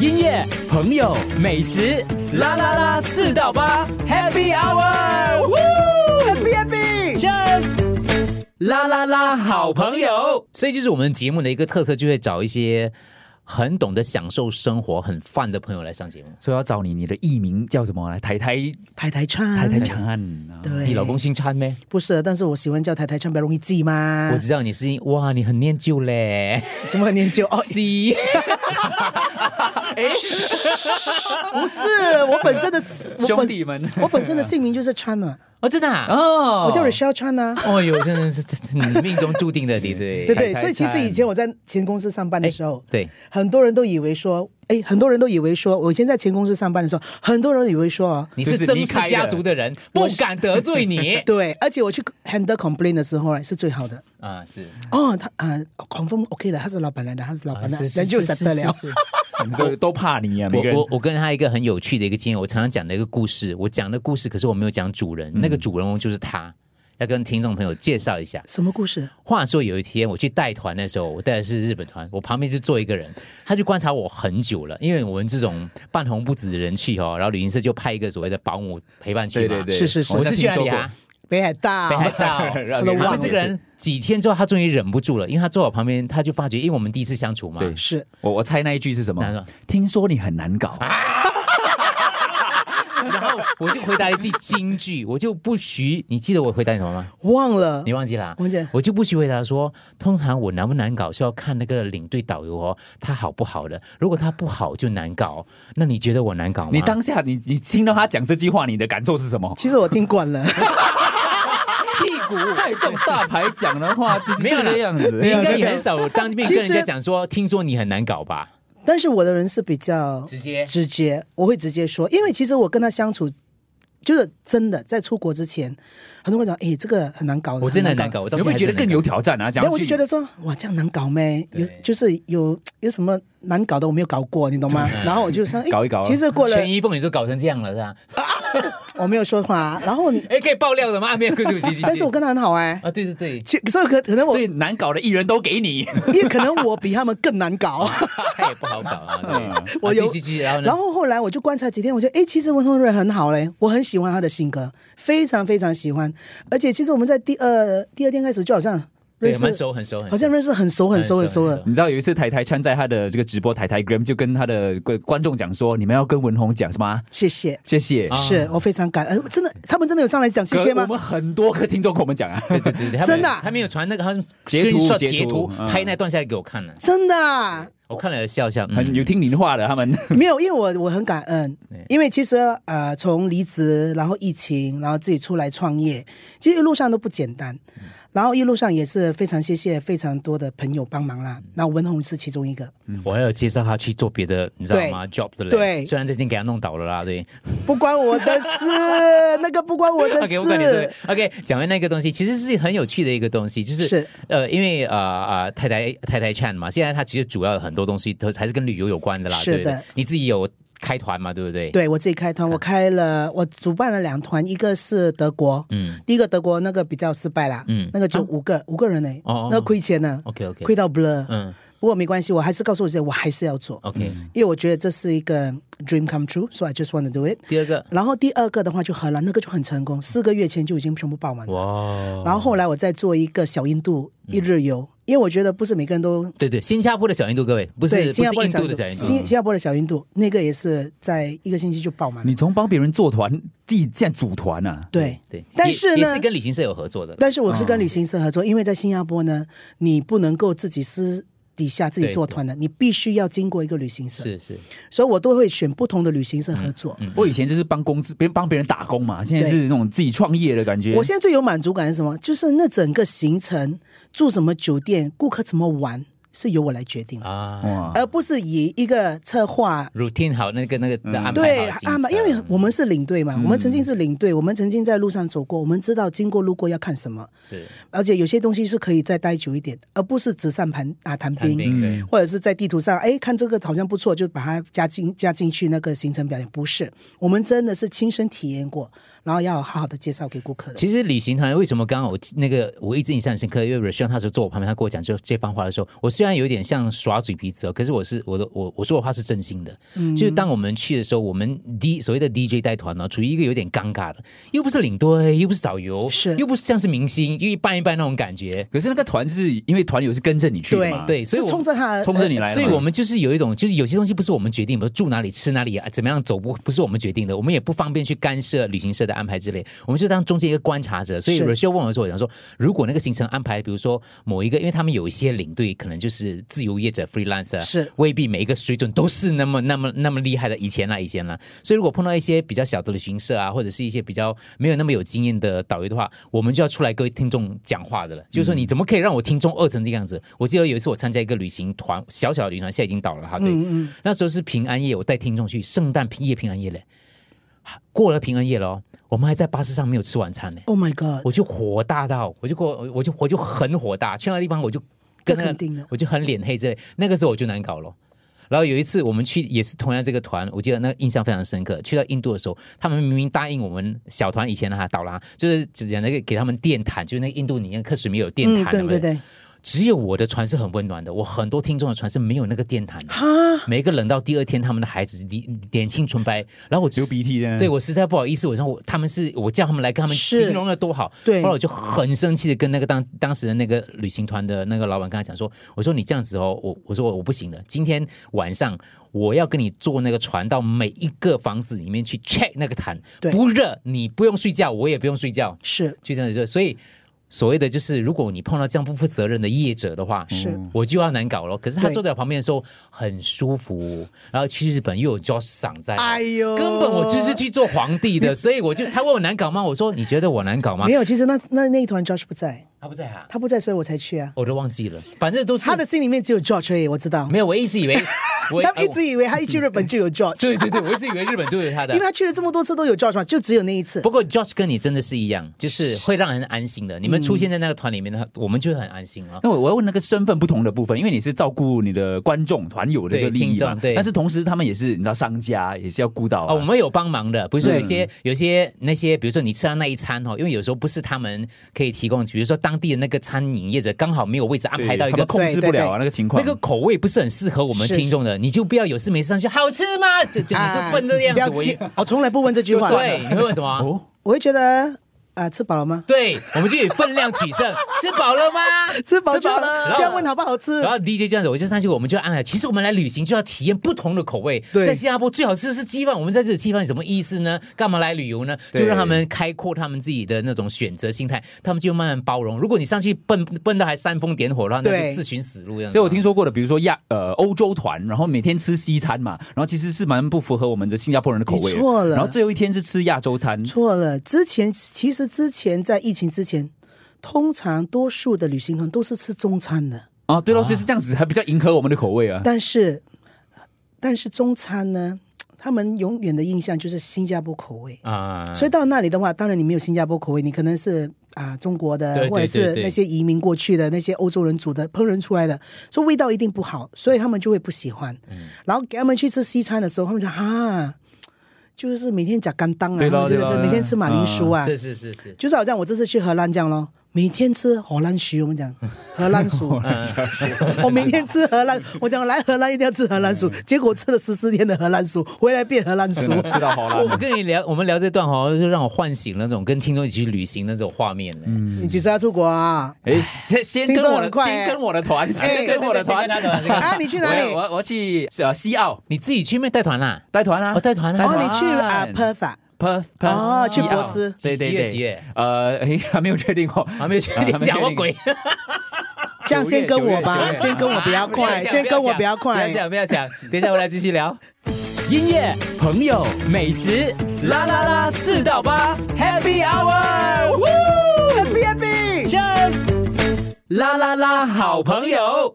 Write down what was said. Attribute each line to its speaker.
Speaker 1: 音乐、朋友、美食，啦啦啦，四到八，Happy Hour，Happy Happy，Cheers，啦啦啦，好朋友。所以就是我们节目的一个特色，就会找一些很懂得享受生活、很范的朋友来上节目。
Speaker 2: 所以要找你，你的艺名叫什么？来，台台
Speaker 3: 台台唱，
Speaker 2: 台台长安啊，
Speaker 3: 对，
Speaker 1: 你老公姓川咩？
Speaker 3: 不是，啊但是我喜欢叫台台唱，比较容易记嘛
Speaker 1: 我。知道你是因哇，你很念旧嘞。
Speaker 3: 什么念旧？ 哦，
Speaker 1: C，
Speaker 3: 不是，我本 身的我
Speaker 2: 兄
Speaker 3: 本
Speaker 2: 弟们，
Speaker 3: 我本身的姓名就是川嘛，
Speaker 1: 哦，真的啊，
Speaker 2: 哦，
Speaker 3: 我叫 Rachel 川呐。
Speaker 1: 哦哟，真的是真的命中注定的，你对
Speaker 3: 对
Speaker 1: 对
Speaker 3: 对，
Speaker 2: 台
Speaker 3: 所以其实
Speaker 2: 唱
Speaker 3: 以前我在前公司上班的时候，
Speaker 1: 哎对，
Speaker 3: 很多人都以为说，哎，很多人都以为说，我以前在前公司上班的时候，很多人以为说哦，
Speaker 1: 你是曾氏家族的人，不敢得罪 你
Speaker 3: 对，而且我去 handle complain 的时候呢，是最好的。
Speaker 1: 啊，是
Speaker 3: 哦，他啊、confirm OK 的，他是老板来的，他是老板
Speaker 1: 啊，
Speaker 3: 来的，
Speaker 1: 是
Speaker 3: 人就 set 得了。
Speaker 2: 都都怕你呀，每
Speaker 1: 我
Speaker 2: 个人
Speaker 1: 我我跟他一个很有趣的一个经验，我常常讲的一个故事，我讲的故事，可是我没有讲主人，那个主人翁就是他，要跟听众朋友介绍一下。
Speaker 3: 什么故事？
Speaker 1: 话说有一天我去带团的时候，我带的是日本团，我旁边就坐一个人，他就观察我很久了，因为我们这种半红不紫的人去哦，然后旅行社就派一个所谓的保姆陪伴去嘛。
Speaker 2: 对对对，
Speaker 3: 是是是
Speaker 1: 我
Speaker 2: 好
Speaker 1: 是
Speaker 2: 像
Speaker 1: 去
Speaker 2: 听
Speaker 1: 哪
Speaker 2: 说
Speaker 1: 里
Speaker 2: 过。
Speaker 1: 啊？
Speaker 3: 北海道，
Speaker 1: 北 海道
Speaker 2: 让
Speaker 3: 我都
Speaker 1: 然
Speaker 2: 给
Speaker 3: 忘
Speaker 1: 后
Speaker 3: 了
Speaker 1: 这个人几天之后，他终于忍不住了，因为他坐我旁边，他就发觉，因为我们第一次相处嘛，
Speaker 2: 对
Speaker 3: 是
Speaker 2: 我我猜那一句是什
Speaker 1: 哪个啊
Speaker 2: 么？听说你很难搞，
Speaker 1: 然后我就回答一句京剧，我就不许你记得我回答你什么吗？
Speaker 3: 忘了
Speaker 1: 你忘记了啊、
Speaker 3: 王姐
Speaker 1: 我就不许回答说，通常我难不难搞是要看那个领队导游哦，他好不好的。如果他不好就难搞，那你觉得我难搞吗？
Speaker 2: 你当下你你听到他讲这句话，你的感受是什么？
Speaker 3: 其实我听惯了，
Speaker 1: 屁股。
Speaker 2: 太这种大牌讲的话，就是
Speaker 1: 没有啦
Speaker 2: 这样子。
Speaker 1: 你应该也很少当面跟人
Speaker 3: 其
Speaker 1: 家
Speaker 3: 实
Speaker 1: 讲说，听说你很难搞吧？
Speaker 3: 但是我的人是比较
Speaker 1: 直接
Speaker 3: 直接，我会直接说，因为其实我跟他相处，就是真的在出国之前，很多人讲，哎，这个很难搞的，
Speaker 1: 我真的很难搞，
Speaker 3: 搞。
Speaker 1: 我
Speaker 2: 你
Speaker 1: 当时
Speaker 2: 会不会
Speaker 1: 还是
Speaker 2: 觉得
Speaker 1: 很难
Speaker 2: 更
Speaker 1: 搞
Speaker 2: 有挑战啊？讲
Speaker 3: 然
Speaker 2: 一句
Speaker 3: 后我就觉得说，哇，这样难搞咩？有就是有有什么难搞的，我没有搞过，你懂吗？然后我就说，哎
Speaker 2: 搞一搞啊
Speaker 3: 其实过了，
Speaker 1: 全一凤你都搞成这样了是吧？
Speaker 3: 我没有说话。啊然后你，
Speaker 1: 哎，可以爆料的吗？ 啊没有，对不起，对不起
Speaker 3: 但是我跟他很好哎、
Speaker 1: 啊，对对对，
Speaker 3: 其所以可可能我
Speaker 2: 最难搞的艺人都给你，
Speaker 3: 因为可能我比他们更难搞。
Speaker 1: 他也不好搞啊。 对
Speaker 3: 我有
Speaker 1: 啊继续继续，然后呢
Speaker 3: 然？后后来我就观察几天，我觉得哎，其实温吞瑞很好嘞，我很喜欢他的性格，非常非常喜欢。而且其实我们在第二第二天开始就好像认
Speaker 1: 对，蛮
Speaker 3: 识，
Speaker 1: 熟，很熟，很熟
Speaker 3: 好像认识很熟很熟很熟了。
Speaker 2: 你知道有一次台台川在他的这个直播台台 Gram 就跟他的观观众讲说，你们要跟文红讲什么啊？
Speaker 3: 谢谢，
Speaker 2: 谢谢。
Speaker 1: 啊
Speaker 3: 是我非常感恩，真的，他们真的有上来讲谢谢
Speaker 2: 可
Speaker 3: 吗
Speaker 2: 我？们很多个听众跟我们讲啊，
Speaker 1: 对对对，对他们
Speaker 3: 真的啊
Speaker 1: 他没有传那个，他们
Speaker 2: 截图
Speaker 1: screenshot
Speaker 2: 截图
Speaker 1: 截图
Speaker 2: 嗯
Speaker 1: 拍那段下来给我看了，
Speaker 3: 真的啊、
Speaker 1: 我看了笑笑，
Speaker 2: 很
Speaker 1: 嗯，
Speaker 2: 有听您话的他们。
Speaker 3: 没有，因为我我很感恩，因为其实呃，从离职，然后疫情，然后自己出来创业，其实一路上都不简单，然后一路上也是非常谢谢非常多的朋友帮忙啦。那文宏是其中一个，
Speaker 1: 我还有介绍他去做别的，你知道吗？job 的嘞，
Speaker 3: 对
Speaker 1: 虽然这已经给他弄倒了啦，对。
Speaker 3: 不关我的 事，那个不关我的
Speaker 1: OK，我感觉对
Speaker 3: 事。
Speaker 1: OK，讲完那个东西，其实是很有趣的一个东西，就是
Speaker 3: 是
Speaker 1: 呃，因为呃呃，太太太太 Chan 嘛，现在它其实主要有很多东西都还是跟旅游有关的啦，
Speaker 3: 是
Speaker 1: 对不对
Speaker 3: 的
Speaker 1: 你自己有开团嘛，对不对？
Speaker 3: 对我自己开团，我开了，我主办了两团，一个是德国，
Speaker 1: 嗯
Speaker 3: 第一个德国那个比较失败啦，
Speaker 1: 嗯
Speaker 3: 那个就五个、五个人呢、
Speaker 1: 哦哦
Speaker 3: 那个亏钱呢、
Speaker 1: ，OK OK，
Speaker 3: 亏到 blur，、
Speaker 1: 嗯
Speaker 3: 不过没关系，我还是告诉我自己，我还是要做。
Speaker 1: ，OK，
Speaker 3: 因为我觉得这是一个 dream come true，so I just want to do it。
Speaker 1: 第二个，
Speaker 3: 然后第二个的话就荷兰，那个就很成功，四个月前就已经全部报满了。
Speaker 1: 嗯哇，嗯
Speaker 3: 然后后来我再做一个小印度一日游，因为我觉得不是每个人都
Speaker 1: 对对，新加坡的小印度，各位不是
Speaker 3: 对
Speaker 1: 不是
Speaker 3: 新加坡的
Speaker 1: 印
Speaker 3: 小
Speaker 1: 度
Speaker 3: 印
Speaker 1: 的小
Speaker 3: 度，嗯
Speaker 1: 印
Speaker 3: 新
Speaker 1: 度，
Speaker 3: 新加坡的小印度那个也是在一个星期就报满了
Speaker 2: 你。从帮别人做团，自己这样组团啊？
Speaker 3: 对，
Speaker 1: 对，
Speaker 3: 但
Speaker 1: 也
Speaker 3: 是
Speaker 1: 也
Speaker 3: 呢
Speaker 1: 是跟旅行社有合作的，
Speaker 3: 但是我是跟旅行社合作，因为在新加坡呢，你不能够自己私底下自己
Speaker 1: 对
Speaker 3: 做团的，你必须要经过一个旅行社，
Speaker 1: 是嗯是，
Speaker 3: 所以我都会选不同的旅行社合作。
Speaker 2: 我以前就是帮公司，别人帮别人打工嘛，现在是那种自己创业的感觉。
Speaker 3: 我现在最有满足感是什么？就是那整个行程住什么酒店，顾客怎么玩，是由我来决定，
Speaker 1: 啊
Speaker 2: 哇，
Speaker 3: 而不是以一个策划。
Speaker 1: ，routine 好那个那个安排好
Speaker 3: 对
Speaker 1: 行
Speaker 3: 啊嘛，
Speaker 1: 程嗯
Speaker 3: 因为我们是领队嘛，我们曾经是领队，我们曾经在路上走过，我们知道经过路过要看什么，
Speaker 1: 是
Speaker 3: 而且有些东西是可以再待久一点，而不是纸上谈啊谈
Speaker 1: 探
Speaker 3: 兵，
Speaker 1: 病对。
Speaker 3: 或者是在地图上，哎，看这个好像不错，就把它加进加进去那个行程表演。不是，我们真的是亲身体验过，然后要好好的介绍给顾客的。
Speaker 1: 其实旅行团为什么刚刚我那个我一直印象很深刻，因为 r a c h e l 他时候坐我旁边，他跟我讲这这番话的时候，我虽然有点像耍嘴皮子哦，可是我是我的我我说的话是真心的。
Speaker 3: 嗯
Speaker 1: 就是当我们去的时候，我们 D 所谓的 DJ 带团呢、哦处于一个有点尴尬的，又不是领队，又不是导游，
Speaker 3: 是
Speaker 1: 又不是像是明星，又一半一半那种感觉。
Speaker 2: 可是那个团是因为团友是跟着你去的嘛，
Speaker 1: 对，所以
Speaker 3: 是
Speaker 1: 我
Speaker 3: 冲着他而
Speaker 2: 冲着你来的嘛，
Speaker 1: 所以我们就是有一种，就是有些东西不是我们决定，比如住哪里、吃哪里、啊、怎么样走不，不是我们决定的，我们也不方便去干涉旅行社的安排之类，我们就当中间一个观察者。所以
Speaker 3: 是
Speaker 1: Rachel 问我的时候，我想说，如果那个行程安排，比如说某一个，因为他们有一些领队可能就是自由业者 freelancer，
Speaker 3: 呃是
Speaker 1: 未必每一个水准都是那么那么那么厉害的。以前啦，以前啦，所以如果碰到一些比较小的旅行社啊，或者是一些比较没有那么有经验的导游的话，我们就要出来各位听众讲话的了。就是说，你怎么可以让我听众饿成这个样子？我记得有一次我参加一个旅行团，小小的旅行团，现在已经倒了哈。对，
Speaker 3: 嗯
Speaker 1: 那时候是平安夜，我带听众去圣诞夜平安夜嘞。过了平安夜了哦，我们还在巴士上没有吃晚餐呢。
Speaker 3: Oh my god！
Speaker 1: 我就火大到，我就过，我就我就很火大，去那个地方我就
Speaker 3: 这
Speaker 1: 跟那个
Speaker 3: 肯定的
Speaker 1: 我就很脸黑之类。那个时候我就难搞了。然后有一次我们去也是同样这个团，我记得那个印象非常深刻。去到印度的时候，他们明明答应我们小团以前哈倒啦，就是只讲那个给他们电毯，就是那个印度尼那个克什米尔有电
Speaker 3: 嗯
Speaker 1: 毯，，
Speaker 3: 对
Speaker 1: 不
Speaker 3: 对对，
Speaker 1: 只有我的船是很温暖的，我很多听众的船是没有那个电毯的。
Speaker 3: 哈，
Speaker 1: 每一个冷到第二天，他们的孩子脸脸青唇白，然后我
Speaker 2: 流鼻涕的
Speaker 1: 对我实在不好意思，我说我他们是我叫他们来跟他们
Speaker 3: 嗯是
Speaker 1: 形容的多好，
Speaker 3: 对
Speaker 1: 后来我就很生气的跟那个当当时的那个旅行团的那个老板跟他讲说，我说你这样子哦，我我说我我不行的，今天晚上我要跟你坐那个船到每一个房子里面去 check 那个毯，
Speaker 3: 对
Speaker 1: 不热你不用睡觉，我也不用睡觉，
Speaker 3: 是
Speaker 1: 就这样子就所以。所谓的就是，如果你碰到这样不负责任的业者的话，
Speaker 3: 是
Speaker 1: 我就要难搞了。可是他
Speaker 3: 对
Speaker 1: 坐在我旁边的时候很舒服，然后去日本又有 Josh 赏在，
Speaker 3: 哎呦
Speaker 1: 根本我就是去做皇帝
Speaker 3: 呃
Speaker 1: 的，所以我就他问我难搞吗？我说你觉得我难搞吗
Speaker 3: 没？有。其实那那那一团 Josh 不在，
Speaker 1: 他不在啊，
Speaker 3: 他不在，所以我才去啊。
Speaker 1: 我都忘记了，反正都是
Speaker 3: 他的心里面只有 George 而已，我知道。
Speaker 1: 没有，我一直 以为我
Speaker 3: 他
Speaker 1: 呃
Speaker 3: 一直以为他一去日本就有 George，
Speaker 1: 对对对，我一直以为日本就有他的
Speaker 3: 因为。他去了这么多次都有 George 嘛，就只有那一次。
Speaker 1: 不过 Josh 跟你真的是一样，就是会让人安心的。你们出现在那个团里面，呢，我们就很安心
Speaker 3: 嗯
Speaker 1: 了。
Speaker 2: 那我我要问那个身份不同的部分，因为你是照顾你的观众团友的一个
Speaker 1: 对
Speaker 2: 利益
Speaker 1: 听
Speaker 2: 嘛
Speaker 1: 众，对
Speaker 2: 但是同时他们也是你知道商家也是要顾到
Speaker 1: 哦，我
Speaker 2: 啊。
Speaker 1: 们有帮忙的，比如说有
Speaker 3: 对
Speaker 1: 些有些那些，比如说你吃到那一餐哦，因为有时候不是他们可以提供，比如说当地的那个餐饮业者刚好没有位置安
Speaker 2: 对
Speaker 1: 排到一
Speaker 2: 他
Speaker 1: 个
Speaker 2: 们控制不了啊那个情况，
Speaker 1: 那个口味不是很适合我们
Speaker 3: 是
Speaker 1: 听众的，你就不要有事没事上去好吃吗？就就你就笨这个样
Speaker 3: 啊
Speaker 1: 子，
Speaker 3: 不
Speaker 1: 我
Speaker 3: 要
Speaker 1: 一
Speaker 3: 急我从来不问这句话。
Speaker 1: 对，你会问什么？
Speaker 2: 哦，
Speaker 3: 我会觉得啊，吃饱了吗？
Speaker 1: 对，我们就以分量取 胜， 吃饱了吗？
Speaker 3: 吃饱就好
Speaker 1: 了，
Speaker 3: 不要问好不好吃
Speaker 1: 然。后 DJ 这样子，我就上去，我们就安排。其实我们来旅行就要体验不同的口味。
Speaker 3: 对
Speaker 1: 在新加坡最好吃的是鸡饭，我们在这里鸡饭有什么意思呢？干嘛来旅游呢？
Speaker 2: 对
Speaker 1: 就让他们开阔他们自己的那种选择心态，他们就慢慢包容。如果你上去笨笨到还煽风点火，然后那
Speaker 3: 对
Speaker 1: 就自寻死路这样子。
Speaker 2: 所以我听说过的，比如说亚呃欧洲团，然后每天吃西餐嘛，然后其实是蛮不符合我们的新加坡人的口味的。
Speaker 3: 你错了
Speaker 2: 然后最后一天是吃亚洲餐，
Speaker 3: 错了，之前其实之前在疫情之前，通常多数的旅行团都是吃中餐的，
Speaker 2: 啊，对咯，就是这样子，还比较迎合我们的口
Speaker 1: 嗯
Speaker 2: 味啊。
Speaker 3: 但是但是中餐呢，他们永远的印象就是新加坡口味。
Speaker 1: 啊，
Speaker 3: 所以到那里的话，当然你没有新加坡口味，你可能是啊、中国的，
Speaker 1: 对对
Speaker 3: 或者
Speaker 1: 对
Speaker 3: 是
Speaker 1: 对
Speaker 3: 那些移民过去的那些欧洲人煮的烹饪出来的，所以味道一定不好，所以他们就会不喜欢。然后给他们去吃西餐的时候，他们就啊，就是每天讲干当啊，
Speaker 2: 对
Speaker 3: 他
Speaker 2: 咯
Speaker 3: 们就
Speaker 2: 对
Speaker 3: 是
Speaker 2: 咯
Speaker 3: 每天吃马铃薯啊，
Speaker 1: 嗯是是是是。
Speaker 3: 就是好像我这次去荷兰这样咯。每天吃荷兰薯，我们讲荷兰薯，
Speaker 2: 嗯
Speaker 3: 我每天吃荷兰，我讲我来荷兰一定要吃荷兰薯，结果吃了十四天的荷兰薯，回来变荷兰薯，
Speaker 2: 吃到好
Speaker 1: 我
Speaker 2: 了，
Speaker 1: 跟你聊，我们聊这段哈，就让我唤醒了那种跟听众一起去旅行的那种画面呢。
Speaker 3: 你几时要出国啊？
Speaker 2: 哎，先先跟
Speaker 3: 听说
Speaker 2: 我的
Speaker 3: 很快
Speaker 2: 先
Speaker 3: 哎
Speaker 2: 跟我的团，先跟我的团。
Speaker 3: 啊，你去哪里？
Speaker 2: 我要我要去呃西澳
Speaker 1: 你自己去没带团啦？
Speaker 2: 带团啊，
Speaker 1: 哦，带团啦！
Speaker 3: 哦，你去啊
Speaker 2: 台湾
Speaker 3: Perth 啊
Speaker 2: Perth，
Speaker 3: 哦去
Speaker 2: 西澳
Speaker 3: 珀斯
Speaker 2: 对对
Speaker 1: 几月
Speaker 2: 对，
Speaker 1: 几月
Speaker 2: 呃，哎，还没有确定哦，
Speaker 1: 还啊没有去，你讲我鬼！
Speaker 3: 这样先跟我吧，先跟我比
Speaker 1: 啊
Speaker 3: 较快，先跟我比较快
Speaker 1: 不要。讲，不要讲，等一下我来继续聊。
Speaker 4: 音乐、朋友、美食，啦啦啦，四到八，Happy Hour，Happy Happy，Cheers，啦啦啦，好朋友。